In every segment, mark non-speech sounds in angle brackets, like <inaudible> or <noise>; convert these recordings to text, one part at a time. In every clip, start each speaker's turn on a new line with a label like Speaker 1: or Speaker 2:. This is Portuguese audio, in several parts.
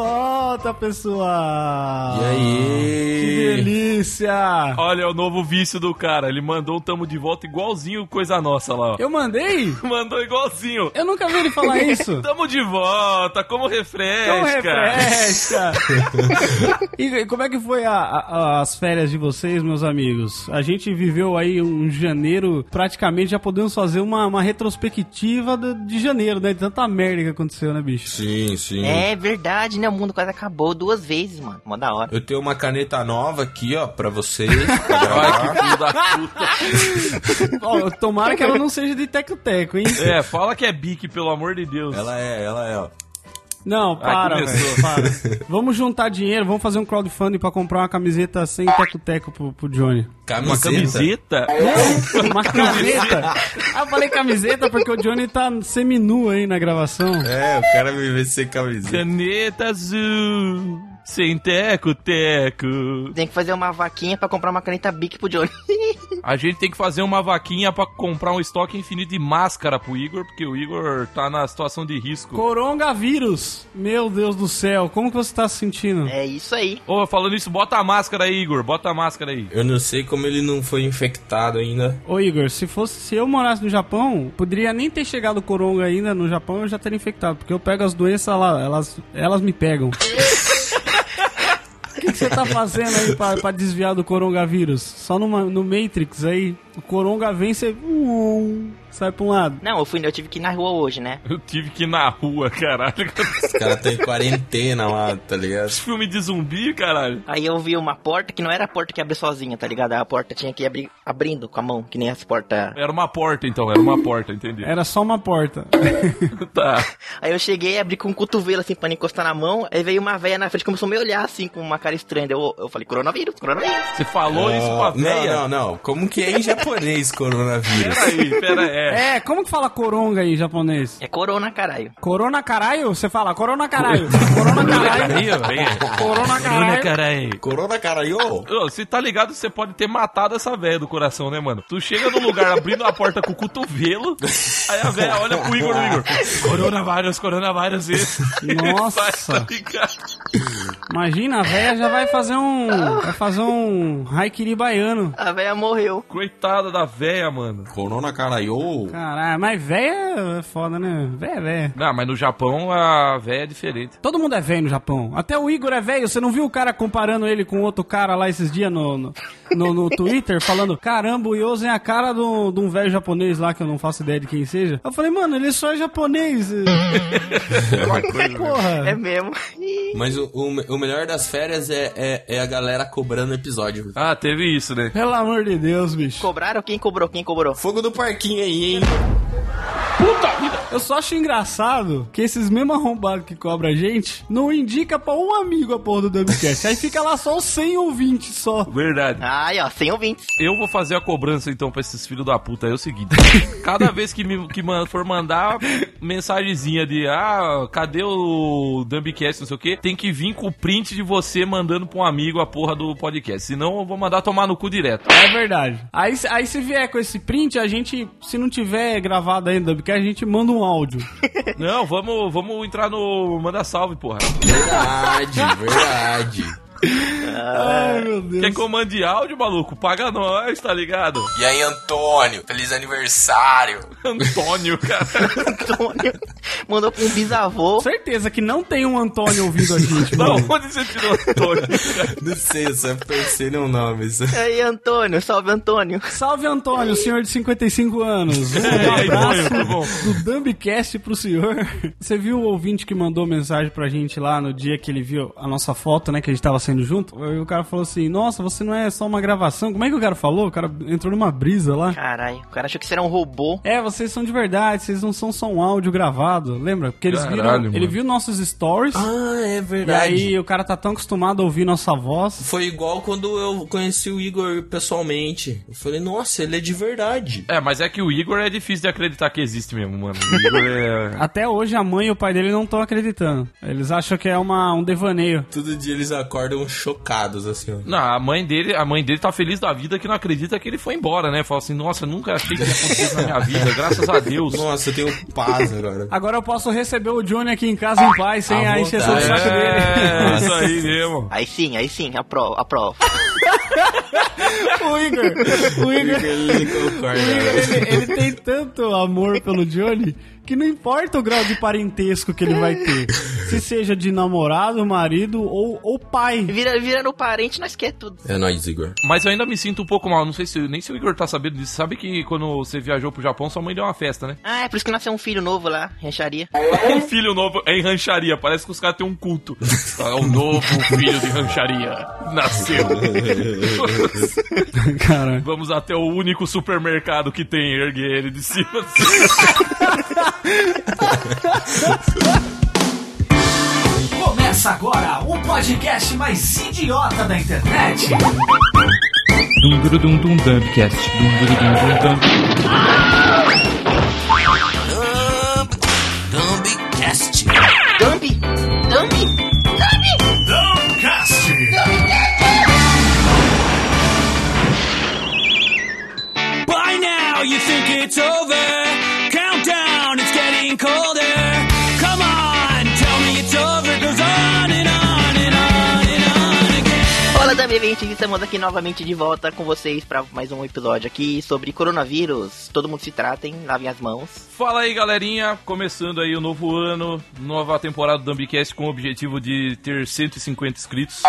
Speaker 1: volta, pessoal!
Speaker 2: E aí?
Speaker 1: Que delícia!
Speaker 3: Olha é o novo vício do cara. Ele mandou um tamo de volta igualzinho coisa nossa lá, ó. <laughs>
Speaker 1: Eu mandei?
Speaker 3: Mandou igualzinho.
Speaker 1: Eu nunca vi ele
Speaker 2: <laughs>
Speaker 1: falar isso.
Speaker 3: Tamo de volta, como refresca.
Speaker 1: Então
Speaker 2: <laughs>
Speaker 1: refresca! e, e como é que foi a- a- as férias de vocês, meus amigos? A gente viveu aí um janeiro, praticamente já podemos fazer uma, uma retrospectiva do- de janeiro, né? De tanta merda que aconteceu, né, bicho?
Speaker 2: Sim, sim.
Speaker 4: É verdade, né? O mundo quase acabou duas vezes, mano. Mó da hora.
Speaker 2: Eu tenho uma caneta nova aqui, ó,
Speaker 3: <laughs>
Speaker 2: pra vocês. Pra
Speaker 3: Ai, que
Speaker 2: gravar.
Speaker 3: filho da puta.
Speaker 1: Ó, tomara que ela não seja de teco-teco, hein?
Speaker 3: É, fala que é bique, pelo amor de Deus.
Speaker 2: Ela é, ela é, ó.
Speaker 1: Não, para,
Speaker 3: começou.
Speaker 1: velho, para. Vamos juntar dinheiro, vamos fazer um crowdfunding pra comprar uma camiseta sem teco-teco pro, pro Johnny.
Speaker 2: é
Speaker 3: Uma camiseta?
Speaker 1: É. Uma camiseta. Ah, eu falei camiseta porque o Johnny tá seminu aí na gravação.
Speaker 2: É, o cara me vê sem camiseta.
Speaker 3: Caneta azul. Sem teco-teco.
Speaker 4: Tem que fazer uma vaquinha pra comprar uma caneta Bic pro Johnny. <laughs>
Speaker 3: A gente tem que fazer uma vaquinha pra comprar um estoque infinito de máscara pro Igor, porque o Igor tá na situação de risco.
Speaker 1: Coronavírus. Meu Deus do céu, como que você tá se sentindo?
Speaker 4: É isso aí.
Speaker 3: Ô, falando isso, bota a máscara aí, Igor. Bota a máscara aí.
Speaker 2: Eu não sei como ele não foi infectado ainda.
Speaker 1: Ô Igor, se fosse se eu morasse no Japão, poderia nem ter chegado o coronga ainda no Japão, eu já teria infectado, porque eu pego as doenças lá, elas, elas me <laughs> pegam. O que que você tá fazendo aí pra, pra desviar do coronavírus? Só numa- no Matrix aí, o coronga vem, você uh, sai pra um lado.
Speaker 4: Não, eu fui, eu tive que ir na rua hoje, né?
Speaker 3: Eu tive que ir na rua, caralho. <laughs>
Speaker 2: Os caras estão tá em quarentena lá, tá ligado?
Speaker 3: Esse filme de zumbi, caralho.
Speaker 4: Aí eu vi uma porta que não era a porta que abre sozinha, tá ligado? A porta tinha que ir abri- abrindo com a mão, que nem as portas.
Speaker 3: Era uma porta, então. Era uma porta, entendi.
Speaker 1: Era só uma porta.
Speaker 2: É.
Speaker 3: Tá.
Speaker 4: Aí eu cheguei, abri com o cotovelo assim pra não encostar na mão. Aí veio uma velha na frente, começou a me olhar assim com uma cara estranha. Daí Eu, eu falei, coronavírus, coronavírus.
Speaker 3: Você falou isso pra
Speaker 2: Ah, não,
Speaker 3: véia?
Speaker 2: não, não. Como que é em japonês coronavírus?
Speaker 3: Peraí, pera É.
Speaker 1: É, como que fala coronga aí em japonês?
Speaker 4: É corona, caralho.
Speaker 1: Corona caralho? Você fala corona caralho. Corona caralho. Corona
Speaker 3: Caralho,
Speaker 1: caralho.
Speaker 2: É.
Speaker 3: caralho.
Speaker 2: Corona, cara, yo!
Speaker 3: Ô, Você tá ligado, você pode ter matado essa véia do coração, né, mano? Tu chega no lugar abrindo a porta com o cotovelo, aí a véia olha pro Igor, o Igor. Coronavírus, coronavírus, esse.
Speaker 1: Nossa.
Speaker 3: Sai, tá ligado?
Speaker 1: Imagina, a véia já vai fazer um. Vai fazer um Raikiri baiano.
Speaker 4: A velha morreu.
Speaker 3: Coitada da véia, mano.
Speaker 2: Corona, cara, yo!
Speaker 1: Caralho, mas véia é foda, né? Véia é véia.
Speaker 3: Não, mas no Japão a véia é diferente.
Speaker 1: Todo mundo é velho no Japão. Até o Igor é velho. Você não viu o cara comparando ele com outro cara lá esses dias no, no, no, no Twitter? Falando, caramba, o Yosen é a cara de um de um velho japonês lá que eu não faço ideia de quem seja. Eu falei, mano, ele só é japonês.
Speaker 4: É
Speaker 1: Porra.
Speaker 4: mesmo. <laughs>
Speaker 2: Mas o, o- o melhor das férias é, é- é a galera cobrando episódio.
Speaker 3: Ah, teve isso, né?
Speaker 1: Pelo amor de Deus, bicho.
Speaker 4: Cobraram? Quem cobrou? Quem cobrou?
Speaker 2: Fogo do parquinho aí, hein?
Speaker 1: Eu só acho engraçado que esses mesmos arrombados que cobra a gente não indica pra um amigo a porra do Dumbcast. Aí fica lá só os 100 ouvintes só.
Speaker 3: Verdade.
Speaker 4: Ai, ó, sem ouvintes.
Speaker 3: Eu vou fazer a cobrança então pra esses filhos da puta. É o seguinte: cada vez que, me, que man- for mandar mensagenzinha de ah, cadê o Dumbcast, não sei o que, tem que vir com o print de você mandando pra um amigo a porra do podcast. Senão eu vou mandar tomar no
Speaker 1: <laughs>
Speaker 3: cu direto.
Speaker 1: É verdade. Aí, aí se vier com esse print, a gente, se não tiver gravado ainda o Dumbcast, a gente manda um áudio.
Speaker 3: Não, vamos, vamos entrar no. Manda salve, porra.
Speaker 2: Verdade, verdade.
Speaker 1: Ai, meu Deus.
Speaker 3: Quer comando de áudio, maluco? Paga nós, tá ligado?
Speaker 2: E aí, Antônio? Feliz aniversário!
Speaker 3: Antônio, cara.
Speaker 4: Antônio mandou pra um bisavô.
Speaker 1: Certeza que não tem um Antônio ouvindo a gente.
Speaker 3: Da
Speaker 1: mano.
Speaker 3: onde você tirou Antônio? cara?
Speaker 2: <laughs> Não sei, eu só pensei no nome. Só...
Speaker 4: Aí, Antônio, salve Antônio.
Speaker 1: Salve Antônio, senhor de 55 anos.
Speaker 3: <laughs>
Speaker 1: Um
Speaker 3: É, aí,
Speaker 1: abraço
Speaker 3: Antônio, tá bom.
Speaker 1: do Dumbcast pro senhor. Você viu o ouvinte que mandou mensagem pra gente lá no dia que ele viu a nossa foto, né? Que a gente tava saindo junto. Aí o cara falou assim: Nossa, você não é só uma gravação. Como é que o cara falou? O cara entrou numa brisa lá.
Speaker 4: Caralho, o cara achou que você era um robô.
Speaker 1: É, vocês são de verdade, vocês não são só um áudio gravado, lembra? Porque eles
Speaker 3: Caralho,
Speaker 1: viram.
Speaker 3: mano.
Speaker 1: Ele viu nossos stories.
Speaker 2: Ah, é
Speaker 1: e aí o cara tá tão acostumado a ouvir nossa voz.
Speaker 2: Foi igual quando eu conheci o Igor pessoalmente. Eu falei, nossa, ele é de verdade.
Speaker 3: É, mas é que o Igor é difícil de acreditar que existe mesmo, mano. O Igor é.
Speaker 1: <laughs> Até hoje a mãe e o pai dele não estão acreditando. Eles acham que é uma, um devaneio.
Speaker 2: Todo dia eles acordam chocados, assim, ó.
Speaker 3: Não, a mãe dele, a mãe dele tá feliz da vida que não acredita que ele foi embora, né? Fala assim, nossa, nunca achei que ia acontecer isso na minha vida, graças a Deus.
Speaker 2: Nossa, eu tenho paz agora.
Speaker 1: Agora Agora eu posso receber o Johnny aqui em casa em paz, sem
Speaker 2: À
Speaker 1: a encheção de saco
Speaker 3: É,
Speaker 1: dele.
Speaker 3: isso aí mesmo.
Speaker 4: Aí sim, aí sim, aprova, aprova.
Speaker 1: <laughs> o Igor, <laughs> o Igor,
Speaker 2: Ele
Speaker 1: o Igor,
Speaker 2: concorda.
Speaker 1: ele, ele tem tanto amor pelo Johnny que não importa o grau de parentesco que ele vai ter. Se seja de namorado, marido ou, ou
Speaker 4: <laughs>
Speaker 1: pai.
Speaker 4: Vira, virando parente, nós quer tudo.
Speaker 2: É nóis, Igor.
Speaker 3: Mas eu ainda me sinto um pouco mal. Não sei se nem se o Igor tá sabendo disso. Sabe que quando você viajou pro Japão, sua mãe deu uma festa, né?
Speaker 4: Ah, é por isso que nasceu um filho novo lá, rancharia.
Speaker 3: Um filho novo em rancharia. Parece que os caras têm um culto. É o novo filho de rancharia. Nasceu.
Speaker 1: Cara,
Speaker 3: Vamos até o único supermercado que tem erguer ele de cima. assim.
Speaker 5: <laughs> Começa agora o podcast mais idiota da internet.
Speaker 6: Dum dum dum dum dumpcast. Dum dum dum dum dump.
Speaker 4: Dumbi! Dumbi!
Speaker 5: By now you think it's over. Countdown, it's getting colder. Come on, tell me it's over. It Goes on and on and on and on again.
Speaker 4: Fala, Dumbi, gente, estamos aqui novamente de volta com vocês pra mais um episódio aqui sobre coronavírus. Todo mundo se tratem, lavem as mãos.
Speaker 3: Fala aí, galerinha. Começando aí o novo ano, nova temporada do Dumbcast com o objetivo de ter 150 inscritos.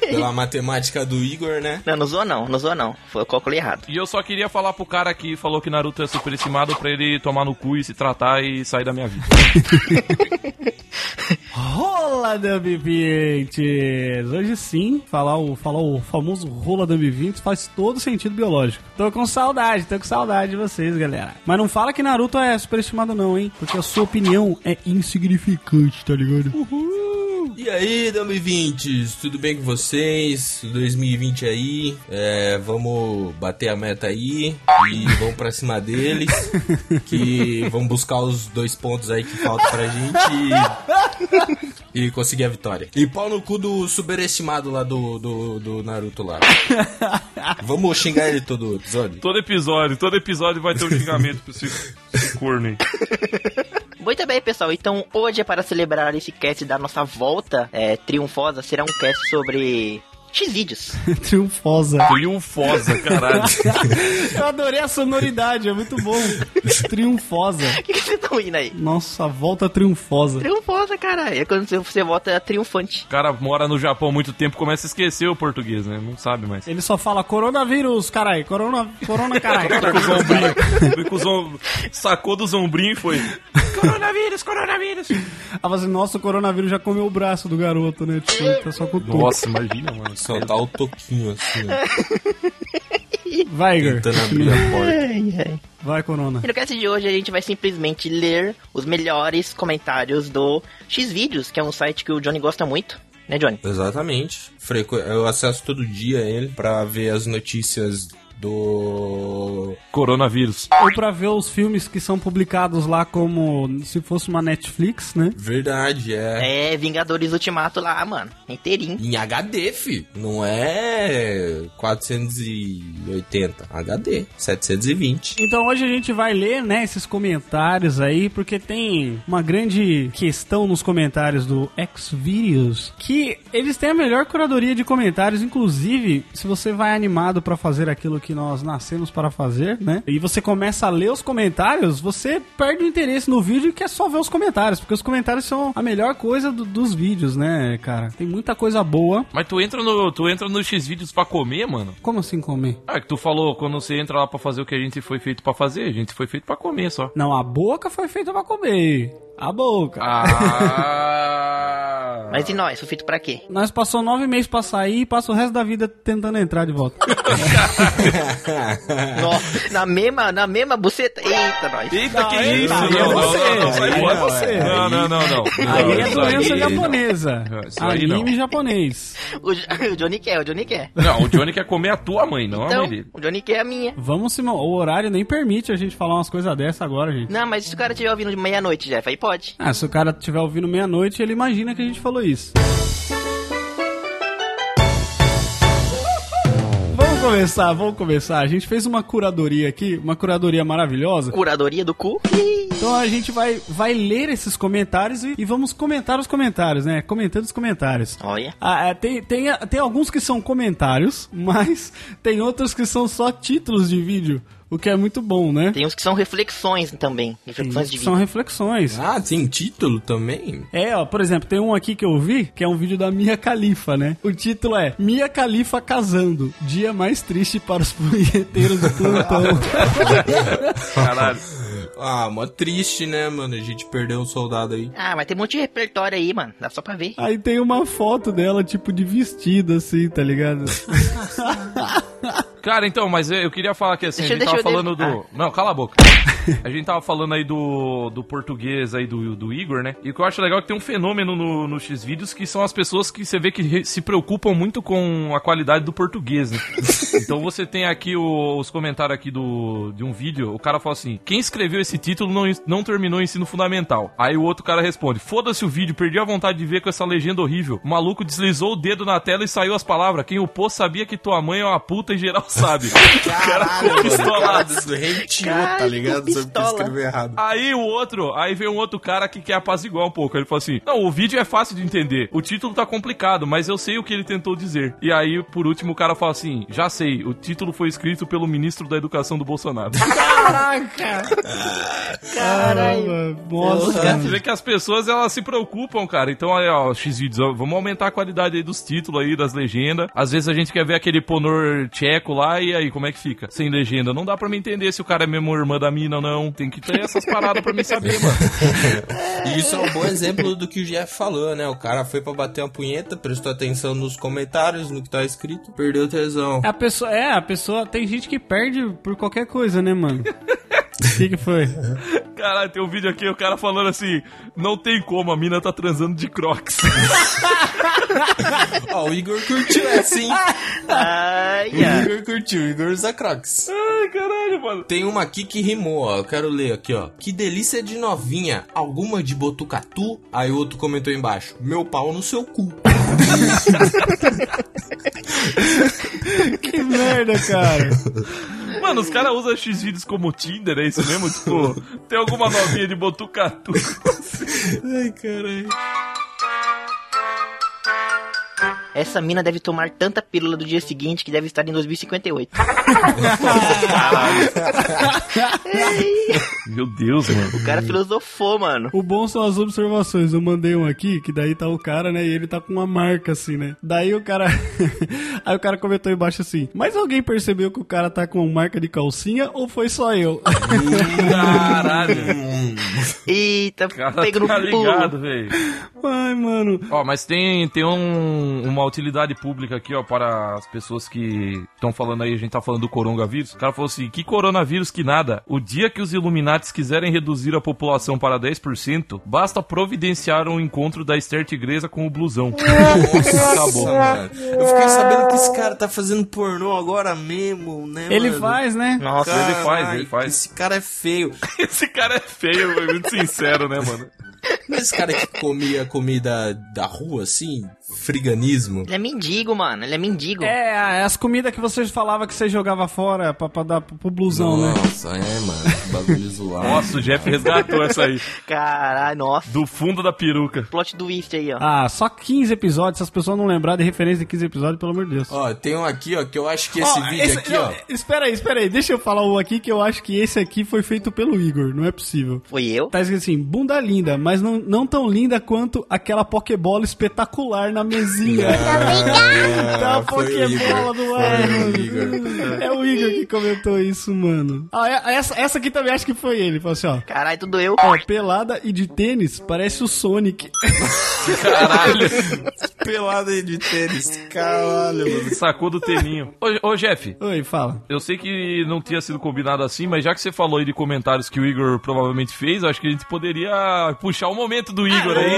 Speaker 2: Pela matemática do Igor, né?
Speaker 4: Não, não zoa não, não zoa não. Foi, eu calculei errado.
Speaker 3: E eu só queria falar pro cara que falou que Naruto é superestimado pra ele tomar no cu e se tratar e sair da minha vida.
Speaker 1: rola Dumbvientes! Hoje sim, falar o, falar o famoso rola Dumbvientes faz todo sentido biológico. Tô com saudade, tô com saudade de vocês, galera. Mas não fala que Naruto é superestimado não, hein? Porque a sua opinião é insignificante, tá ligado?
Speaker 2: E aí, 2020, tudo bem com vocês? 2020 aí, é, vamos bater a meta aí e vamos pra cima deles, que vamos buscar os dois pontos aí que faltam pra gente e, e conseguir a vitória. E pau no cu do superestimado lá do, do, do Naruto lá. Vamos xingar ele todo episódio?
Speaker 3: Todo episódio, todo episódio vai ter um xingamento pra esse, esse corno aí.
Speaker 4: Muito bem, pessoal. Então, hoje, para celebrar esse cast da nossa volta é, triunfosa, será um cast sobre X-Vídeos.
Speaker 1: <laughs>
Speaker 4: <laughs>
Speaker 1: Triunfosa.
Speaker 3: Triunfosa, um caralho.
Speaker 1: Eu adorei a sonoridade, é muito bom. Triunfosa.
Speaker 4: O que que vocês estão indo aí?
Speaker 1: Nossa, volta triunfosa.
Speaker 4: Triunfosa, caralho. É quando você- você volta triunfante.
Speaker 3: O cara mora no Japão há muito tempo, começa a esquecer o português, né? Não sabe mais.
Speaker 1: Ele só fala coronavírus, carai. Corona, corona, <laughs> carai.
Speaker 3: Tá com o zombrinho. Foi com o zom- Sacou do zombrinho e foi. Coronavírus, coronavírus.
Speaker 1: Ah, mas, nossa, o coronavírus já comeu o braço do garoto, né? Tipo, tá só com tudo.
Speaker 3: Nossa, imagina, mano.
Speaker 2: Soltar o toquinho assim, ó,
Speaker 1: Vai, Igor.
Speaker 2: tentando abrir a porta.
Speaker 1: Vai, corona.
Speaker 4: E no cast de hoje a gente vai simplesmente ler os melhores comentários do Xvideos, que é um site que o Johnny gosta muito, né, Johnny?
Speaker 2: Exatamente. Frequ... Eu acesso todo dia ele pra ver as notícias do
Speaker 3: Coronavírus.
Speaker 1: Ou pra ver os filmes que são publicados lá como se fosse uma Netflix, né?
Speaker 2: Verdade, é.
Speaker 4: É, Vingadores Ultimato lá, mano, inteirinho.
Speaker 2: Em HD, fi. Não é 480. HD. 720.
Speaker 1: Então hoje a gente vai ler, né, esses comentários aí, porque tem uma grande questão nos comentários do Xvideos, que eles têm a melhor curadoria de comentários, inclusive, se você vai animado pra fazer aquilo que nós nascemos para fazer, né? E você começa a ler os comentários, você perde o interesse no vídeo que é só ver os comentários, porque os comentários são a melhor coisa do- dos vídeos, né, cara? Tem muita coisa boa.
Speaker 3: Mas tu entra no, tu entra no X-Vídeos pra comer, mano?
Speaker 1: Como assim comer?
Speaker 3: Ah, que tu falou, quando você entra lá pra fazer o que a gente foi feito pra fazer, a gente foi feito pra comer só.
Speaker 1: Não, a boca foi feita pra comer. A boca.
Speaker 3: Ah...
Speaker 4: Mas e nós, foi feito
Speaker 3: <laughs>
Speaker 4: pra quê?
Speaker 1: Nós passou nove meses pra sair e passa o resto da vida tentando entrar de volta.
Speaker 4: <laughs> Nossa, na mesma, na mesma buceta. Eita, nós.
Speaker 3: Eita, que
Speaker 1: aí
Speaker 3: isso?
Speaker 1: não,
Speaker 3: Não,
Speaker 1: aí é
Speaker 3: não,
Speaker 1: você,
Speaker 3: não, não, sai
Speaker 1: aí é
Speaker 3: fora.
Speaker 1: você.
Speaker 3: Não, não, não, não.
Speaker 1: <laughs> Aí é
Speaker 3: Isso
Speaker 1: doença
Speaker 3: aí-
Speaker 1: japonesa.
Speaker 3: Isso aí não.
Speaker 1: Anime japonês.
Speaker 4: O, Jo- <laughs> o Johnny quer, o Johnny quer.
Speaker 3: Não, o Johnny quer comer a tua mãe, não a
Speaker 4: Então,
Speaker 3: mãe dele.
Speaker 4: o Johnny quer a minha.
Speaker 1: Vamos, Simão. O horário nem permite a gente falar umas coisas dessa agora, gente.
Speaker 4: Não, mas se o cara estiver ouvindo de meia-noite, Jeff, aí pode.
Speaker 1: Ah, se o cara tiver ouvindo meia-noite, ele imagina que a gente falou isso. Vamos começar, vamos começar. A gente fez uma curadoria aqui, uma curadoria maravilhosa.
Speaker 4: Curadoria do cu.
Speaker 1: Então a gente vai, vai ler esses comentários e, e vamos comentar os comentários, né? Comentando os comentários.
Speaker 4: Olha.
Speaker 1: Ah, é, tem, tem, tem alguns que são comentários, <laughs> mas tem outros que são só títulos de vídeo, o que é muito bom, né?
Speaker 4: Tem uns que são reflexões também. Reflexões de
Speaker 1: São
Speaker 4: vida.
Speaker 1: reflexões.
Speaker 2: Ah, tem título também?
Speaker 1: É, ó, por exemplo, tem um aqui que eu vi, que é um vídeo da Mia Khalifa, né? O título é Mia Khalifa casando, dia mais triste para os <laughs> punheteiros do plantão.
Speaker 3: Caralho.
Speaker 2: Ah, mó triste, né, mano? A gente perdeu um soldado aí.
Speaker 4: Ah, mas tem um monte de repertório aí, mano. Dá só pra
Speaker 3: Ah.
Speaker 4: ver.
Speaker 1: Aí tem uma foto dela, tipo, de vestido, assim, tá ligado?
Speaker 3: Cara, então, mas eu eu queria falar que assim,
Speaker 4: Deixa-
Speaker 3: a gente tava
Speaker 4: deixa eu- Ah.
Speaker 3: falando do. Não, cala a boca. A gente tava falando aí do, do português aí do, do Igor, né? E o que eu acho legal é que tem um fenômeno no, no X-Vídeos que são as pessoas que você vê que re- se preocupam muito com a qualidade do português, né? Então você tem aqui o- os comentários aqui do, de um vídeo, o cara fala assim: quem escreveu esse título não, ens- não terminou o ensino fundamental. Aí o outro cara responde: foda-se o vídeo, perdi a vontade de ver com essa legenda horrível. O maluco deslizou o dedo na tela e saiu as palavras. Quem upou sabia que tua mãe é uma puta e geral sabe.
Speaker 2: Caralho,
Speaker 3: ficou pistolado.
Speaker 2: Rentinho, tá
Speaker 4: Caralho,
Speaker 2: ligado?
Speaker 4: ficou
Speaker 2: Sabe que
Speaker 4: pistola.
Speaker 2: escreveu errado.
Speaker 3: Aí o outro, aí vem um outro cara que quer apaziguar um pouco. Ele fala assim: Não, o vídeo é fácil de entender. O título tá complicado, mas eu sei o que ele tentou dizer. E aí, por último, o cara fala assim: Já sei, o título foi escrito pelo ministro da educação do Bolsonaro.
Speaker 1: Caramba, nossa.
Speaker 3: Cara, Você é vê que as pessoas elas se preocupam, cara. Então, aí, ó, X-Vídeos, ó, vamos aumentar a qualidade aí dos títulos aí, das legendas. Às vezes a gente quer ver aquele ponor tcheco lá, e aí, como é que fica? Sem legenda. Não dá pra me entender se o cara é mesmo irmã da mina ou não. Tem que ter essas paradas pra me saber, mano.
Speaker 2: E isso é um bom exemplo do que o Jeff falou, né? O cara foi pra bater uma punheta, prestou atenção nos comentários, no que tá escrito, perdeu tesão.
Speaker 1: A pessoa, é, a pessoa, tem gente que perde por qualquer coisa, né, mano? O que, que foi?
Speaker 3: Caralho, tem um vídeo aqui, o cara falando assim: não tem como, a mina tá transando de crocs. <laughs>
Speaker 2: Ó, o Igor curtiu essa, hein?
Speaker 4: Ai,
Speaker 2: O
Speaker 4: ai.
Speaker 2: Igor curtiu, o Igor usa Crocs.
Speaker 3: Ai, caralho, mano.
Speaker 2: Tem uma aqui que rimou, ó. Eu quero ler aqui, ó. Que delícia de novinha. Alguma de Botucatu? Aí o outro comentou embaixo. Meu pau no seu cu.
Speaker 1: Que merda, cara.
Speaker 3: Mano, os caras usam X-Vídeos como Tinder, é isso mesmo? Tipo, tem alguma novinha de Botucatu.
Speaker 2: Ai, caralho.
Speaker 4: Essa mina deve tomar tanta pílula do dia seguinte que deve estar em 2058.
Speaker 3: Meu Deus, mano.
Speaker 4: O cara filosofou, mano.
Speaker 1: O bom são as observações. Eu mandei um aqui, que daí tá o cara, né? E ele tá com uma marca, assim, né? Daí o cara. <laughs> Aí o cara comentou embaixo assim: Mas alguém percebeu que o cara tá com uma marca de calcinha ou foi só eu? <laughs>
Speaker 3: Caralho.
Speaker 4: Eita,
Speaker 3: Cara,
Speaker 4: pega no
Speaker 3: tá
Speaker 4: pulo.
Speaker 3: ligado, velho.
Speaker 1: Ai, mano.
Speaker 3: Ó, mas tem, tem um- uma utilidade pública aqui, ó, para as pessoas que estão falando aí, a gente tá falando do coronavírus. O cara falou assim, que coronavírus que nada. O dia que os Illuminates quiserem reduzir a população para 10%, basta providenciar um encontro da Esther Tigresa com o blusão.
Speaker 2: Acabou, cara. tá Eu fiquei sabendo que esse cara tá fazendo pornô agora mesmo, né?
Speaker 1: Ele
Speaker 2: mano?
Speaker 1: faz, né?
Speaker 4: Nossa,
Speaker 3: Cara. ele faz,
Speaker 2: Caralho,
Speaker 3: ele faz.
Speaker 2: Esse cara é feio.
Speaker 3: <laughs> Esse cara é feio, é muito sincero, né, mano?
Speaker 2: Não é esse cara que comia comida da rua, assim? Friganismo.
Speaker 4: ele é mendigo, mano. Ele é mendigo.
Speaker 1: É, é as comidas que você falava que você jogava fora pra, pra dar pro pro blusão, né?
Speaker 2: Nossa, é, mano. que Bagulho zoado.
Speaker 3: Nossa, o Jeff resgatou essa aí.
Speaker 4: Caralho, nossa.
Speaker 3: Do fundo da peruca.
Speaker 4: Plot twist aí, ó.
Speaker 1: Ah, só 15 episódios. Se as pessoas não lembrarem de referência de 15 episódios, pelo amor de Deus.
Speaker 2: Ó, tem um aqui, ó, que eu acho que esse
Speaker 1: Ó,
Speaker 2: vídeo
Speaker 1: esse-
Speaker 2: aqui,
Speaker 1: não, é-
Speaker 2: ó.
Speaker 1: Espera aí, espera aí. Deixa eu falar um aqui que eu acho que esse aqui foi feito pelo Igor. Não é possível.
Speaker 4: Foi eu?
Speaker 1: Tá escrito assim, bunda linda, mas não, não tão linda quanto aquela Pokébola espetacular na mesinha. tá a
Speaker 2: Ah, foi o
Speaker 1: Pokébola
Speaker 2: Igor.
Speaker 1: no ar,
Speaker 2: Foi o
Speaker 1: mano.
Speaker 2: Igor.
Speaker 1: É o Igor que comentou isso, mano. Ah, é- essa, essa aqui também acho que foi ele. Falou assim, ó.
Speaker 4: Caralho, tudo eu.
Speaker 3: Ah.
Speaker 1: Ó, pelada e de tênis, parece o Sonic.
Speaker 2: Pelada de tênis. Caralho, mano.
Speaker 3: Sacou do teninho. Ô, ô Jeff,
Speaker 1: Oi, fala.
Speaker 3: Eu sei que não tinha sido combinado assim, mas já que você falou aí de comentários que o Igor provavelmente fez, acho que a gente poderia puxar o momento do Igor aí.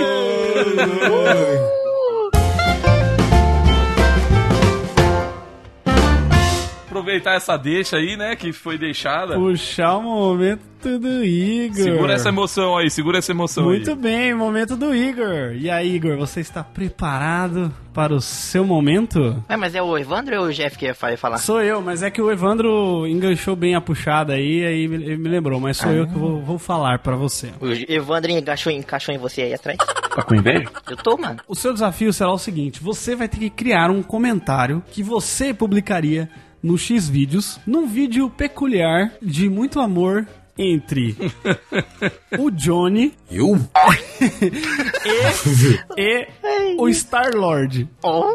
Speaker 3: aproveitar essa deixa aí, né, que foi deixada.
Speaker 1: Puxar
Speaker 2: um
Speaker 1: o momento do Igor.
Speaker 3: Segura essa emoção aí, segura essa emoção
Speaker 1: Muito
Speaker 3: aí.
Speaker 1: bem, momento do Igor. E aí, Igor, você está preparado para o seu momento?
Speaker 4: Ué, mas é o Evandro ou é o Jeff que vai falar?
Speaker 1: Sou eu, mas é que o Evandro enganchou bem a puxada aí, aí me- ele me lembrou, mas sou eu que vou, vou falar pra você.
Speaker 4: O Evandro encaixou, encaixou em você aí atrás?
Speaker 6: Tá com inveja?
Speaker 4: Eu tô, mano.
Speaker 1: O seu desafio será o seguinte: você vai ter que criar um comentário que você publicaria no X Vídeos, num vídeo peculiar de muito amor entre o Johnny
Speaker 2: Eu?
Speaker 1: e o Star Lord.
Speaker 4: Oh!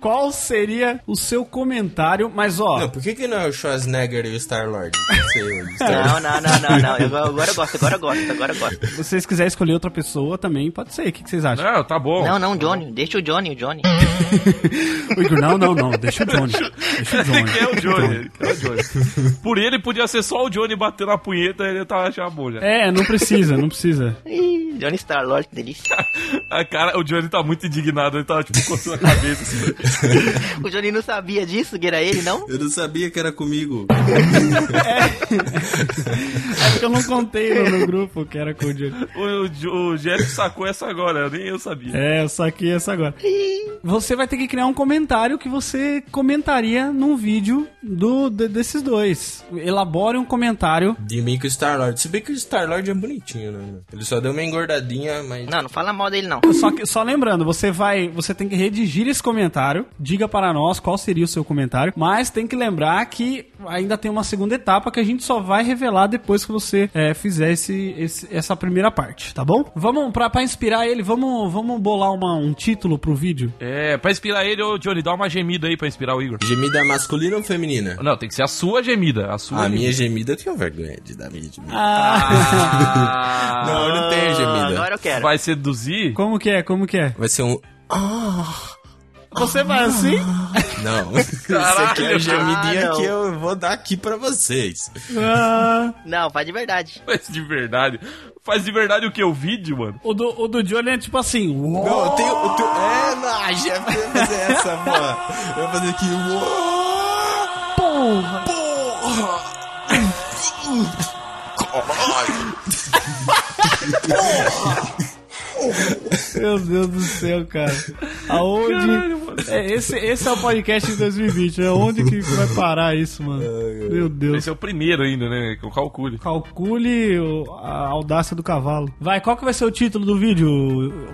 Speaker 1: Qual seria o seu comentário? Mas ó,
Speaker 2: Não, por que, que não é o Schwarzenegger e o Star-Lord? Não sei, o Star-
Speaker 4: <laughs> Não, não, não, não, não. Eu- agora eu gosto, agora eu gosto, agora eu gosto.
Speaker 1: se vocês quiserem escolher outra pessoa também, pode ser. O que que vocês acham?
Speaker 3: Não, tá bom.
Speaker 4: Não, não, Johnny. Deixa o Johnny, o Johnny.
Speaker 1: O Igor, não, não, não, deixa o Johnny. Deixa o Johnny.
Speaker 3: Ele quer É o Johnny,
Speaker 6: Tá
Speaker 3: ele quer o Johnny. Por ele podia ser só o Johnny batendo a punheta, ele tava achando bom já.
Speaker 1: É, não precisa, não precisa.
Speaker 4: Ih, Johnny Star-Lord, que delícia.
Speaker 3: <laughs> A cara, o Johnny tá muito indignado, ele tava tipo coçando a cabeça. <laughs> assim.
Speaker 4: O Johnny não sabia disso, que era ele, não?
Speaker 2: Eu não sabia que era comigo.
Speaker 1: É porque eu não contei no, no grupo que era com o Johnny.
Speaker 3: O, o, Jo- o Jeff sacou essa agora, nem eu sabia.
Speaker 1: É, eu saquei essa agora. Você vai ter que criar um comentário que você comentaria num vídeo do, de- desses dois. Elabore um comentário.
Speaker 2: De mim com o Star-Lord. Se bem que o Star-Lord é bonitinho, né? Ele só deu uma engordadinha, mas...
Speaker 4: Não, não fala mal dele, não.
Speaker 1: Só, que, só lembrando, você vai, você tem que redigir esse comentário. Diga para nós qual seria o seu comentário, mas tem que lembrar que ainda tem uma segunda etapa que a gente só vai revelar depois que você é, fizer esse, esse- essa primeira parte, tá bom? Vamos para inspirar ele, vamos vamos bolar uma- um título pro vídeo.
Speaker 3: É, pra inspirar ele, ô Johnny, dá uma gemida aí pra inspirar o Igor.
Speaker 2: Gemida masculina ou feminina?
Speaker 3: Não, tem que ser a sua gemida, a sua
Speaker 2: A
Speaker 3: gemida.
Speaker 2: minha gemida eu tenho vergonha de dar minha gemida.
Speaker 1: Ah.
Speaker 3: <laughs> Ah,
Speaker 2: não, eu não tenho
Speaker 4: Ah,
Speaker 2: gemida.
Speaker 4: Agora eu quero.
Speaker 3: Vai seduzir?
Speaker 1: Como que é? Como que é?
Speaker 2: Vai ser um...
Speaker 1: Você vai assim?
Speaker 4: <laughs>
Speaker 2: Não. Isso aqui é a gemidinha
Speaker 4: Ah, não.
Speaker 2: que eu vou dar aqui pra vocês.
Speaker 1: Ah,
Speaker 4: Não, vai de verdade.
Speaker 3: Faz de verdade. Faz de verdade o que? O vídeo, mano?
Speaker 1: o, do, o do Johnny é tipo assim. uou.
Speaker 2: Não, eu tenho... Eu tenho... É, não, a Jeff vai fazer
Speaker 4: <laughs>
Speaker 2: essa, mano. Eu vou fazer aqui... um- Uou!
Speaker 1: Porra!
Speaker 2: Caralho!
Speaker 1: Meu Deus do céu, cara. Aonde.
Speaker 3: Caralho, mano.
Speaker 1: É, esse, esse é o podcast de 2020, né? Onde que vai parar isso, mano? Meu Deus.
Speaker 3: Esse é o primeiro ainda, né? Que eu calcule.
Speaker 1: Calcule o- a audácia do cavalo. Vai, qual que vai ser o título do vídeo,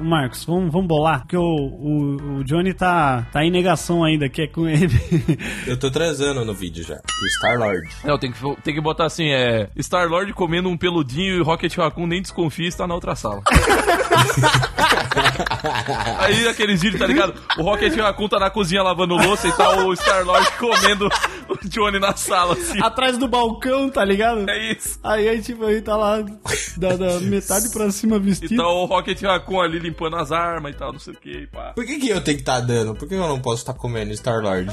Speaker 1: Marcos? Vamos, vamos bolar. Porque o, o, o Johnny tá, tá em negação ainda, que é com ele. <laughs>
Speaker 2: Eu tô transando no vídeo já. O Star-Lord.
Speaker 3: Não, tem que, tem que botar assim, é... Star-Lord comendo um peludinho e Rocket Raccoon nem desconfia está na outra sala. <laughs> Aí aquele vídeos, tá ligado? O Rocket Raccoon tá na cozinha lavando louça e tá o Star-Lord comendo o Johnny na sala, assim.
Speaker 1: Atrás do balcão, tá ligado?
Speaker 3: É isso.
Speaker 1: Aí, aí, tipo, aí tá lá da, da metade pra cima
Speaker 3: E
Speaker 1: vestido.
Speaker 3: tá o Rocket Raccoon ali limpando as armas e tal, não sei o que, pá.
Speaker 2: Por que, que eu tenho que estar dando? Por que eu não posso estar comendo Star-Lord?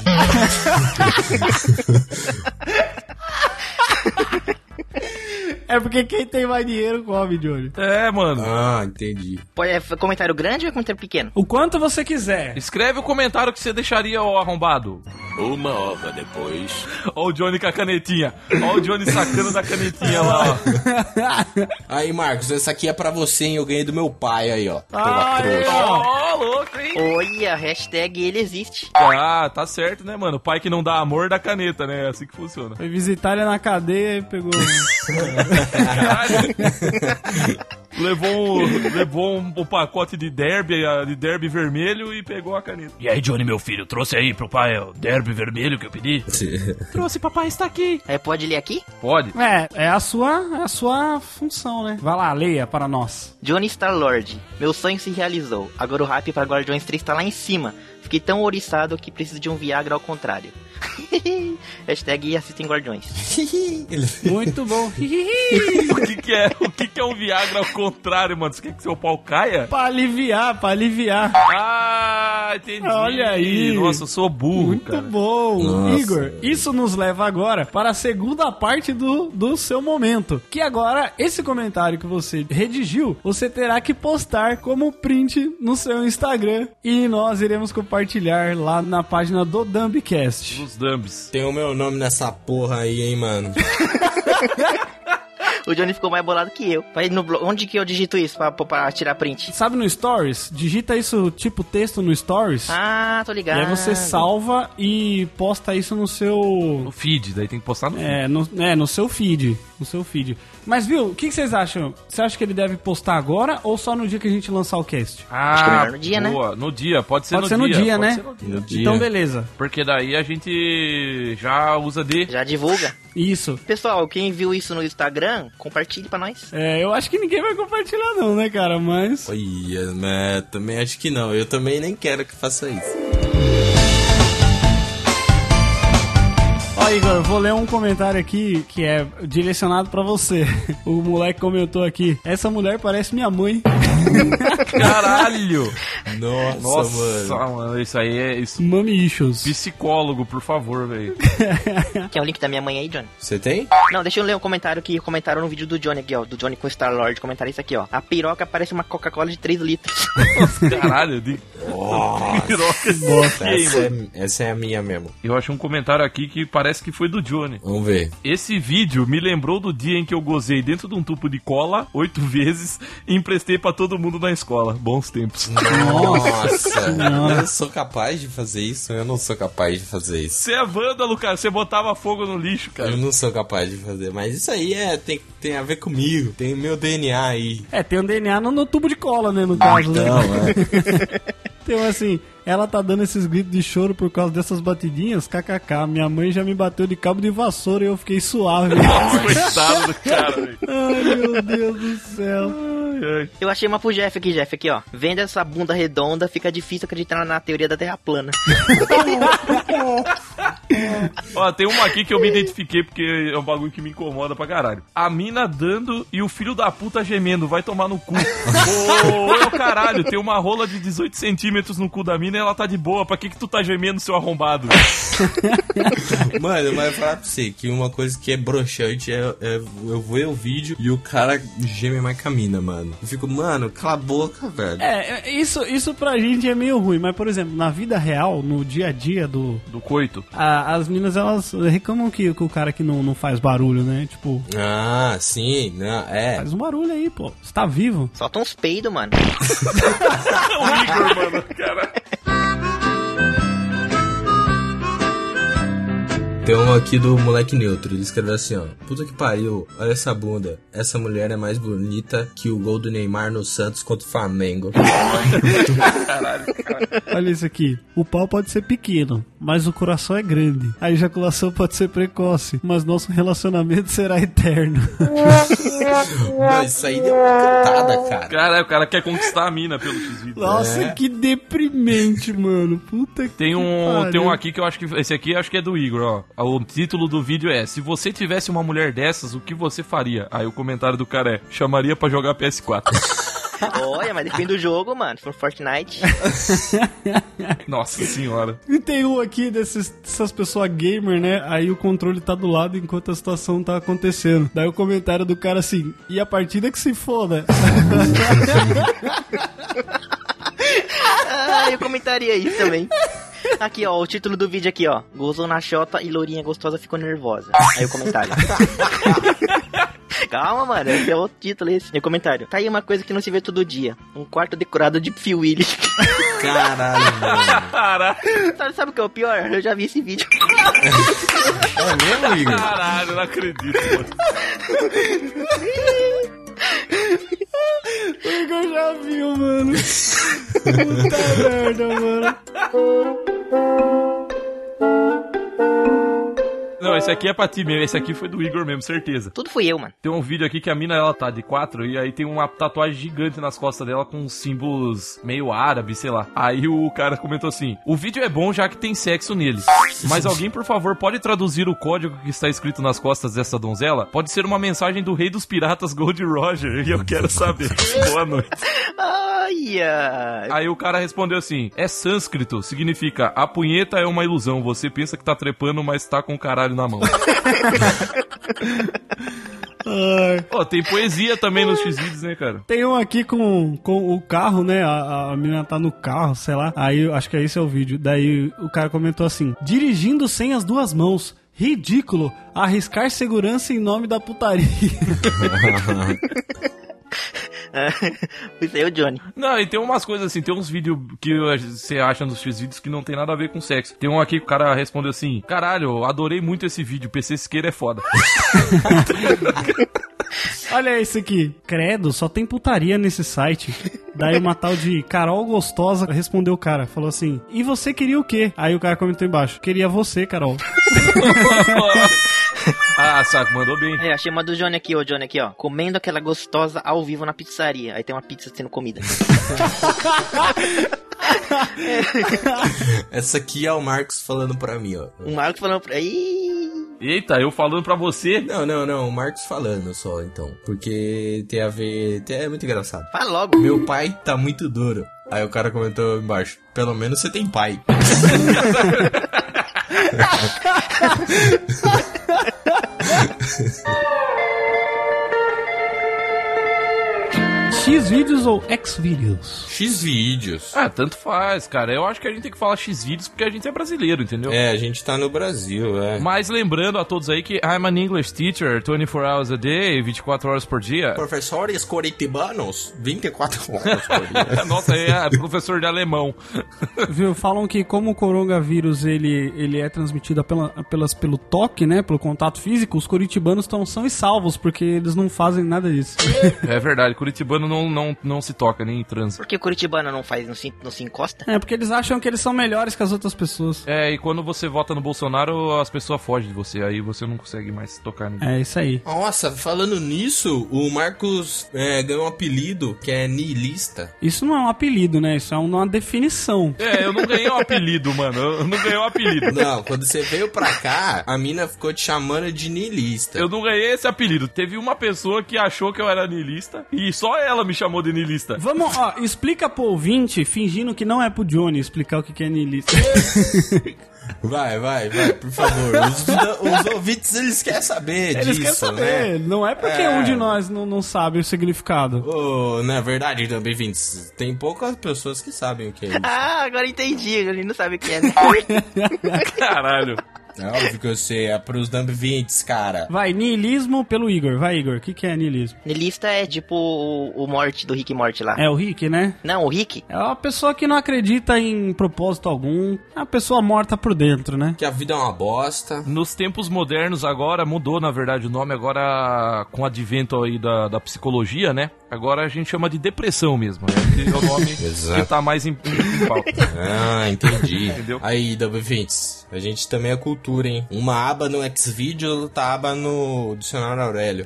Speaker 1: É porque quem tem mais dinheiro come, Johnny.
Speaker 3: É, mano.
Speaker 2: ah, entendi.
Speaker 4: Pode, é comentário grande ou é comentário pequeno?
Speaker 1: O quanto você <laughs> quiser.
Speaker 3: Escreve o comentário que você deixaria, ó, arrombado.
Speaker 2: Uma hora depois.
Speaker 3: Ó o Johnny com a canetinha. Ó o Johnny sacando da canetinha lá, ó.
Speaker 2: Aí, Marcos, essa aqui é pra você, hein? Eu ganhei do meu pai aí, ó.
Speaker 1: Ah,
Speaker 2: Pela
Speaker 1: é,
Speaker 2: trouxa. <laughs>
Speaker 1: ó.
Speaker 3: Ó, louco, hein?
Speaker 4: Olha, hashtag ele existe.
Speaker 3: Ah, tá certo, né, mano? Pai que não dá amor dá caneta, né? É assim que funciona.
Speaker 1: Foi visitar ele na cadeia e pegou. um-
Speaker 3: Caralho. levou um, levou um, um pacote de derby, ah, de derby vermelho e pegou a caneta.
Speaker 6: E aí, Johnny, meu filho, trouxe aí pro pai o derby vermelho que eu pedi?
Speaker 3: <laughs> Trouxe, papai está aqui.
Speaker 4: Aí É, pode ler aqui?
Speaker 3: Pode.
Speaker 1: É, é a sua, é a sua função, né? Vai lá, leia para nós.
Speaker 4: Johnny Star-Lord, meu sonho se realizou. Agora o rap para Guardiões 3 tá lá em cima. Fiquei tão oriçado que preciso de um Viagra ao contrário. <laughs> hashtag assistem Guardiões.
Speaker 1: Muito
Speaker 3: <laughs>
Speaker 1: bom. <laughs>
Speaker 3: O que que é? O que que é um Viagra ao contrário, mano? Você quer que seu pau caia?
Speaker 1: pra aliviar, pra aliviar.
Speaker 3: Ah, Ah, entendi.
Speaker 1: Olha aí.
Speaker 3: Nossa, eu sou burro,
Speaker 1: Muito
Speaker 3: cara.
Speaker 1: bom,
Speaker 2: Nossa.
Speaker 1: Igor. Isso nos leva agora para a segunda parte do, do seu momento. Que agora, esse comentário que você redigiu, você terá que postar como print no seu Instagram. E nós iremos compartilhar lá na página do Dumbcast.
Speaker 3: Dos dumbs.
Speaker 2: Tem o meu nome nessa porra aí, hein, mano.
Speaker 4: O Johnny ficou mais bolado que eu. Falei, no blo- onde que eu digito isso pra, pra tirar print?
Speaker 1: Sabe no Stories? Digita isso tipo texto no Stories.
Speaker 4: Ah, tô
Speaker 1: E
Speaker 4: ligado.
Speaker 1: aí você salva e posta isso no seu
Speaker 3: No feed, daí tem que postar no feed.
Speaker 1: É no, é, no seu feed. No seu feed. Mas, viu, o que, que vocês acham? Você acha que ele deve postar agora ou só no dia que a gente lançar o cast?
Speaker 4: que é
Speaker 3: Ah,
Speaker 4: melhor no dia, né?
Speaker 3: boa. No dia, pode ser
Speaker 1: Pode
Speaker 3: no
Speaker 1: ser
Speaker 3: dia.
Speaker 1: no dia,
Speaker 3: pode
Speaker 1: né?
Speaker 3: ser no dia.
Speaker 2: No dia.
Speaker 1: Então, beleza.
Speaker 3: Porque daí a gente já usa de...
Speaker 4: Já divulga.
Speaker 1: Isso.
Speaker 4: Pessoal, quem viu isso no Instagram, compartilhe pra nós.
Speaker 1: É, eu acho que ninguém vai compartilhar, não, né, cara? Mas.
Speaker 2: Olha, mas também acho que não. Eu também nem quero que faça isso.
Speaker 1: Ó, Igor, eu vou ler um comentário aqui que é direcionado pra você. <laughs> O moleque comentou aqui: Essa mulher parece minha mãe.
Speaker 3: Caralho!
Speaker 2: <laughs> Nossa,
Speaker 3: Nossa,
Speaker 2: mano.
Speaker 3: mano. isso aí é... Isso...
Speaker 1: Mami Issues.
Speaker 3: Psicólogo, por favor, velho.
Speaker 1: É.
Speaker 4: Quer é o link da minha mãe aí, Johnny?
Speaker 2: Você tem?
Speaker 4: Não, deixa eu ler um comentário que comentaram no vídeo do Johnny aqui, ó. Do Johnny com Star-Lord. Comentaram isso é aqui, ó. A piroca parece uma Coca-Cola de 3 litros.
Speaker 3: Caralho,
Speaker 2: <laughs>
Speaker 3: de... Piroca.
Speaker 2: Essa é, essa é a minha mesmo.
Speaker 3: Eu achei um comentário aqui que parece que foi do Johnny.
Speaker 2: Vamos ver.
Speaker 3: Esse vídeo me lembrou do dia em que eu gozei dentro de um tubo de cola oito <laughs> vezes e emprestei pra todo mundo na escola. Bons
Speaker 2: Hum.
Speaker 3: tempos.
Speaker 2: Nossa, <laughs> eu sou capaz de fazer isso? Eu não sou capaz de fazer isso.
Speaker 3: Você é vândalo, cara. Você botava fogo no lixo,
Speaker 2: Eu
Speaker 3: cara.
Speaker 2: não sou capaz de fazer, mas isso aí é, tem, tem a ver comigo, tem o meu DNA aí. <laughs>
Speaker 1: É, tem um DNA no, no tubo de cola, né? No caso, né? <laughs> Então, assim, ela tá dando esses gritos de choro por causa dessas batidinhas? KKK, minha mãe já me bateu de cabo de vassoura e eu fiquei suave.
Speaker 3: <laughs> Coitado do cara, velho.
Speaker 1: Ai, meu Deus do céu.
Speaker 3: Ai, ai.
Speaker 4: Eu achei uma pro Jeff aqui, Jeff, aqui, ó. Vendo essa bunda redonda, fica difícil acreditar na teoria da Terra plana.
Speaker 3: Ó, tem uma aqui que eu me identifiquei porque é um bagulho que me incomoda pra caralho. A mina dando e o filho da puta gemendo. Vai tomar no cu. Ô, ô, ô, caralho. Tem uma rola de 18 centímetros no cu da mina e ela tá de boa. Pra que que tu tá gemendo, seu arrombado?
Speaker 2: Mano, mas eu vou falar pra você que uma coisa que é broxante é, é eu ver o vídeo e o cara geme mais camina, mano. Eu fico, mano, cala a boca, velho.
Speaker 1: É, é, isso, isso pra gente é meio ruim, mas, por exemplo, na vida real, no dia a dia do.
Speaker 3: Do coito.
Speaker 1: a- as minas, elas reclamam que, que o cara que não, não faz barulho, né? Tipo,
Speaker 2: Ah, sim, não, é.
Speaker 1: faz um barulho aí, pô. Você tá vivo.
Speaker 4: Solta uns peidos, mano.
Speaker 3: É o Igor, mano. Caralho.
Speaker 2: Tem um aqui do moleque neutro, ele escreveu assim, ó. Puta que pariu, olha essa bunda. Essa mulher é mais bonita que o gol do Neymar no Santos contra o Flamengo. <laughs>
Speaker 1: Olha isso aqui. O pau pode ser pequeno, mas o coração é grande. A ejaculação pode ser precoce, mas nosso relacionamento será eterno.
Speaker 2: Mano, isso aí deu uma cantada, cara.
Speaker 3: Caralho, o cara quer conquistar a mina pelo X-Video.
Speaker 1: <laughs> Nossa, que deprimente, mano. Puta que
Speaker 3: É. Tem um,
Speaker 1: pariu.
Speaker 3: tem um aqui que eu acho que. Esse aqui eu acho que é do Igor, ó. O título do vídeo é: Se você tivesse uma mulher dessas, o que você faria? Aí o comentário do cara é: Chamaria pra jogar PS4.
Speaker 4: Olha, mas depende do jogo, mano. Se for Fortnite.
Speaker 3: <laughs> Nossa senhora.
Speaker 1: E tem um aqui desses, dessas pessoas gamer, né? Aí o controle tá do lado enquanto a situação tá acontecendo. Daí o comentário do cara assim, e a partida que se foda. <laughs>
Speaker 4: Ah, eu comentaria isso também. Aqui, ó, o título do vídeo aqui, ó. Gozou na xota e lourinha gostosa ficou nervosa. Aí o comentário. Calma, mano, esse é o título esse. E o comentário. Tá aí uma coisa que não se vê todo dia. Um quarto decorado de Phil Willis. <laughs>
Speaker 2: Caralho, mano.
Speaker 3: Caralho,
Speaker 4: sabe, sabe o que é o pior? Eu já vi esse vídeo.
Speaker 2: É mesmo, Igor?
Speaker 3: caralho, não acredito. mano.
Speaker 1: O Igor já viu,
Speaker 3: <laughs>
Speaker 1: mano. Puta merda, mano.
Speaker 3: Não, Não, esse aqui é pra ti mesmo. Esse aqui foi do Igor mesmo, certeza.
Speaker 4: Tudo fui eu, mano.
Speaker 3: Tem um vídeo aqui que a mina ela tá de quatro e aí tem uma tatuagem gigante nas costas dela com símbolos meio árabe, sei lá. Aí o cara comentou assim: "O vídeo é bom já que tem sexo nele. Mas alguém, por favor, pode traduzir o código que está escrito nas costas dessa donzela? Pode ser uma mensagem do Rei dos Piratas Gold Roger, e eu quero saber. <laughs> Boa noite."
Speaker 4: Ai, ai.
Speaker 3: Aí o cara respondeu assim: é sânscrito, significa a punheta é uma ilusão. Você pensa que tá trepando, mas tá com o caralho na mão. Ó, tem poesia também nos X-Vídeos, né, cara?
Speaker 1: Tem um aqui com, com o carro, né? A, a menina tá no carro, sei lá. Aí eu acho que esse é o vídeo. Daí o cara comentou assim: dirigindo sem as duas mãos. Ridículo arriscar segurança em nome da putaria. <laughs>
Speaker 4: Isso aí é o Johnny.
Speaker 3: Não, e tem umas coisas assim, tem uns vídeos que você acha nos X-Vídeos que não tem nada a ver com sexo. Tem um aqui que o cara respondeu assim: caralho, adorei muito esse vídeo, PC Siqueira é foda. <laughs>
Speaker 1: Olha esse aqui. Credo, só tem putaria nesse site. Daí uma tal de Carol Gostosa respondeu o cara. Falou assim: E você queria o quê? Aí o cara comentou embaixo: Queria você, Carol.
Speaker 3: ah, saco, mandou bem.
Speaker 4: É, achei uma do Johnny aqui, ó, Johnny aqui, ó. Comendo aquela gostosa ao vivo na pizzaria. Aí tem uma pizza sendo comida.
Speaker 2: <laughs> Essa aqui é o Marcos falando pra mim, ó.
Speaker 4: Um Marcos falando pra. Ih!
Speaker 3: Eita, eu falando pra você.
Speaker 2: Não, não, não, o Marcos falando só, então. Porque tem a ver. tem- É muito engraçado.
Speaker 4: Fala logo.
Speaker 2: Meu pai tá muito duro. Aí o cara comentou embaixo: Pelo menos você tem pai.
Speaker 1: X vídeos ou X vídeos?
Speaker 2: X vídeos.
Speaker 3: Ah, tanto faz, cara. Eu acho que a gente tem que falar X-Vídeos porque a gente é brasileiro, entendeu?
Speaker 2: É, a gente tá no Brasil, é.
Speaker 3: Mas lembrando a todos aí que I'm an English teacher 24 hours a day, 24 horas por dia.
Speaker 2: <laughs> É. Professores coritibanos, <laughs> 24 horas por dia.
Speaker 3: Nossa, é professor de alemão.
Speaker 1: Viu? Falam que como o coronavírus ele, ele é transmitido pela, pelas, pelo toque, né? Pelo contato físico, os curitibanos tão, são e salvos, porque eles não fazem nada
Speaker 2: <laughs>
Speaker 1: disso.
Speaker 3: É verdade, curitibano não, não, não se toca nem em transa.
Speaker 4: Por que o Curitibano não faz, não se, não se encosta?
Speaker 1: <laughs> É, porque eles acham que eles são melhores que as outras pessoas.
Speaker 3: É, e quando você vota no Bolsonaro, as pessoas fogem de você, aí você não consegue mais se tocar ninguém.
Speaker 1: É isso aí.
Speaker 2: Nossa, falando nisso, o Marcos é, ganhou um apelido que é niilista.
Speaker 1: Isso não é um apelido, né? Isso é uma definição.
Speaker 3: É, eu não ganhei um apelido, mano. Eu não ganhei um apelido.
Speaker 2: Não, quando você veio pra cá, a mina ficou te chamando de niilista.
Speaker 3: Eu não ganhei esse apelido. Teve uma pessoa que achou que eu era niilista e só ela me chamou
Speaker 1: <laughs>
Speaker 3: de niilista.
Speaker 1: Vamos, ó, explica pro ouvinte, fingindo que não é pro Johnny explicar o que que é niilista.
Speaker 2: Vai, vai, vai, por favor. Os, os ouvintes, eles querem saber
Speaker 1: Eles
Speaker 2: É disso,
Speaker 1: querem saber,
Speaker 2: né?
Speaker 1: não é porque
Speaker 2: É.
Speaker 1: um de nós não, não sabe o significado.
Speaker 2: Oh, na verdade, também, ouvintes, tem poucas pessoas que sabem o que é isso.
Speaker 4: Ah, agora entendi. Ele não sabe o que é. Né?
Speaker 3: Caralho.
Speaker 2: É óbvio que eu sei, é pros Dumb 20, cara.
Speaker 1: Vai, niilismo pelo Igor. Vai, Igor, o que, que é niilismo?
Speaker 4: Nilista é tipo o, o Morte do Rick Morte lá.
Speaker 1: É o Rick, né?
Speaker 4: Não, o Rick?
Speaker 1: É uma pessoa que não acredita em propósito algum. É uma pessoa morta por dentro, né?
Speaker 2: Que a vida é uma bosta.
Speaker 3: Nos tempos modernos agora, mudou na verdade o nome, agora com o advento aí da, da psicologia, né? Agora a gente chama de depressão mesmo, né? Que é o nome que
Speaker 2: Exato.
Speaker 3: tá mais em, em, em pauta.
Speaker 2: Ah, entendi.
Speaker 3: Entendeu?
Speaker 2: Aí, Dumb 20, a gente também é cultura, hein? Uma aba no Xvideo, outra aba no Dicionário Aurélio.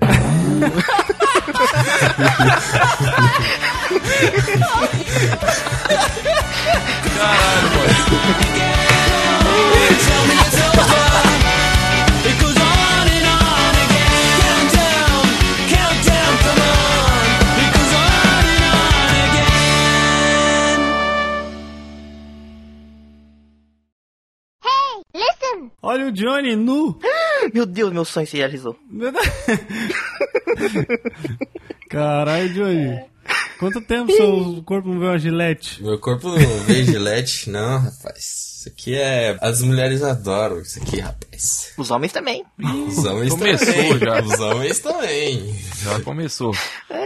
Speaker 1: Olha o Johnny nu. <laughs>
Speaker 4: Meu Deus, meu sonho se realizou.
Speaker 1: Caralho, Johnny. Quanto tempo seu corpo não vê uma gilete?
Speaker 2: Meu corpo não vê gilete, não, rapaz. Isso aqui é. As mulheres adoram isso aqui, rapaz.
Speaker 4: Os homens também.
Speaker 2: Os homens
Speaker 3: Começou
Speaker 2: também.
Speaker 3: já.
Speaker 2: Os homens também.
Speaker 3: Já começou.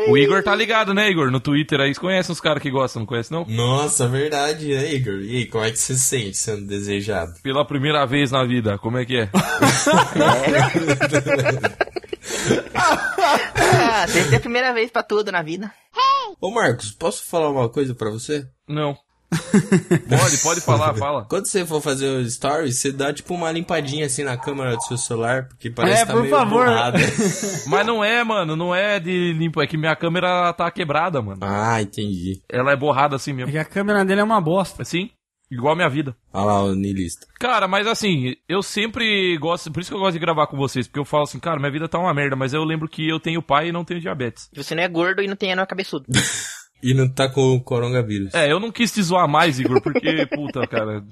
Speaker 3: O Igor tá ligado, né, Igor? No Twitter aí, você conhece uns caras que gostam, não conhece não?
Speaker 2: Nossa, verdade, né, Igor? E aí, como é que você se sente sendo desejado?
Speaker 3: Pela primeira vez na vida, como é que é?
Speaker 4: Ah, sempre é a primeira vez pra tudo na vida.
Speaker 2: Ô, Marcos, posso falar uma coisa pra você?
Speaker 3: Não. Pode, pode falar, fala.
Speaker 2: Quando você for fazer o story, você dá tipo uma limpadinha assim na câmera do seu celular, porque
Speaker 1: É,
Speaker 2: parece que tá
Speaker 1: por
Speaker 2: meio
Speaker 1: favor. <laughs>
Speaker 2: borrada.
Speaker 3: Mas não é, mano, não é de limpo. É que minha câmera tá quebrada, mano.
Speaker 2: ah, entendi.
Speaker 3: Ela é borrada assim
Speaker 1: É
Speaker 3: mesmo.
Speaker 1: que a câmera dele é uma bosta.
Speaker 3: Assim, igual a minha vida.
Speaker 2: Olha lá o niilista.
Speaker 3: Cara, mas assim, eu sempre gosto. Por isso que eu gosto de gravar com vocês, porque eu falo assim, cara, minha vida tá uma merda, mas eu lembro que eu tenho pai e não tenho diabetes.
Speaker 4: Você não é gordo e não tem anel cabeçudo.
Speaker 2: E não tá com o coronavírus.
Speaker 3: É, eu não quis te zoar mais, Igor, porque, puta, cara,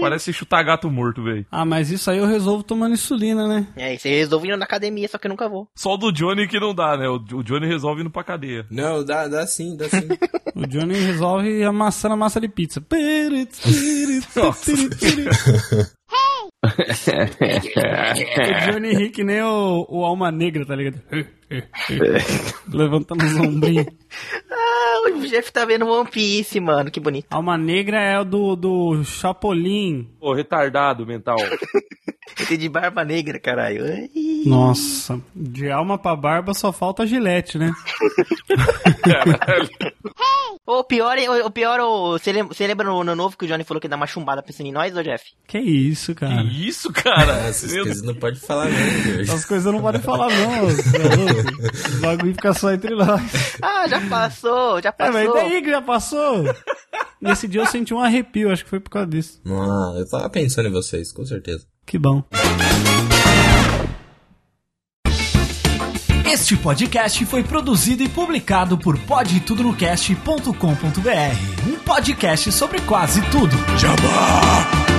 Speaker 3: parece chutar gato morto, velho.
Speaker 1: Ah, mas isso aí eu resolvo tomando insulina, né?
Speaker 4: É, e você resolve ir na academia, só que eu nunca vou.
Speaker 3: Só o do Johnny que não dá, né? O o Johnny resolve indo pra cadeia.
Speaker 2: Não, dá, dá sim, dá <laughs> sim.
Speaker 1: O Johnny resolve amassando a massa de pizza.
Speaker 3: Nossa.
Speaker 1: o Johnny Henrique nem o, o Alma Negra, tá ligado? Levantando os ombrinhos.
Speaker 4: Ah, o Jeff tá vendo One Piece, mano, que bonito.
Speaker 1: Alma Negra é o do, do Chapolin.
Speaker 3: Ô, retardado <laughs> mental.
Speaker 4: <laughs> Ele de barba negra, caralho. Ai.
Speaker 1: Nossa, de alma pra barba só falta gilete, né?
Speaker 3: Caralho.
Speaker 4: Ou pior, é- ou pior, ou- você lembra, você lembra no ano novo que o Johnny falou que ia dar uma chumbada pensando em nós, ô Jeff?
Speaker 1: Que isso,
Speaker 3: Que
Speaker 1: cara.
Speaker 3: é isso, cara?
Speaker 2: <laughs> Essas
Speaker 3: Meu
Speaker 2: coisas não pode falar não, Deus.
Speaker 1: Essas coisas não podem falar, não. você é louco. O bagulho fica só entre nós.
Speaker 4: Ah, já passou, já
Speaker 1: É,
Speaker 4: passou.
Speaker 1: mas daí que já passou? <laughs> Nesse dia eu senti um arrepio, acho que foi por causa disso.
Speaker 2: Ah, eu tava pensando em vocês, com certeza.
Speaker 1: Que bom.
Speaker 5: Este podcast foi produzido e publicado por podtudonocast.com.br, um podcast sobre quase tudo. Jabá!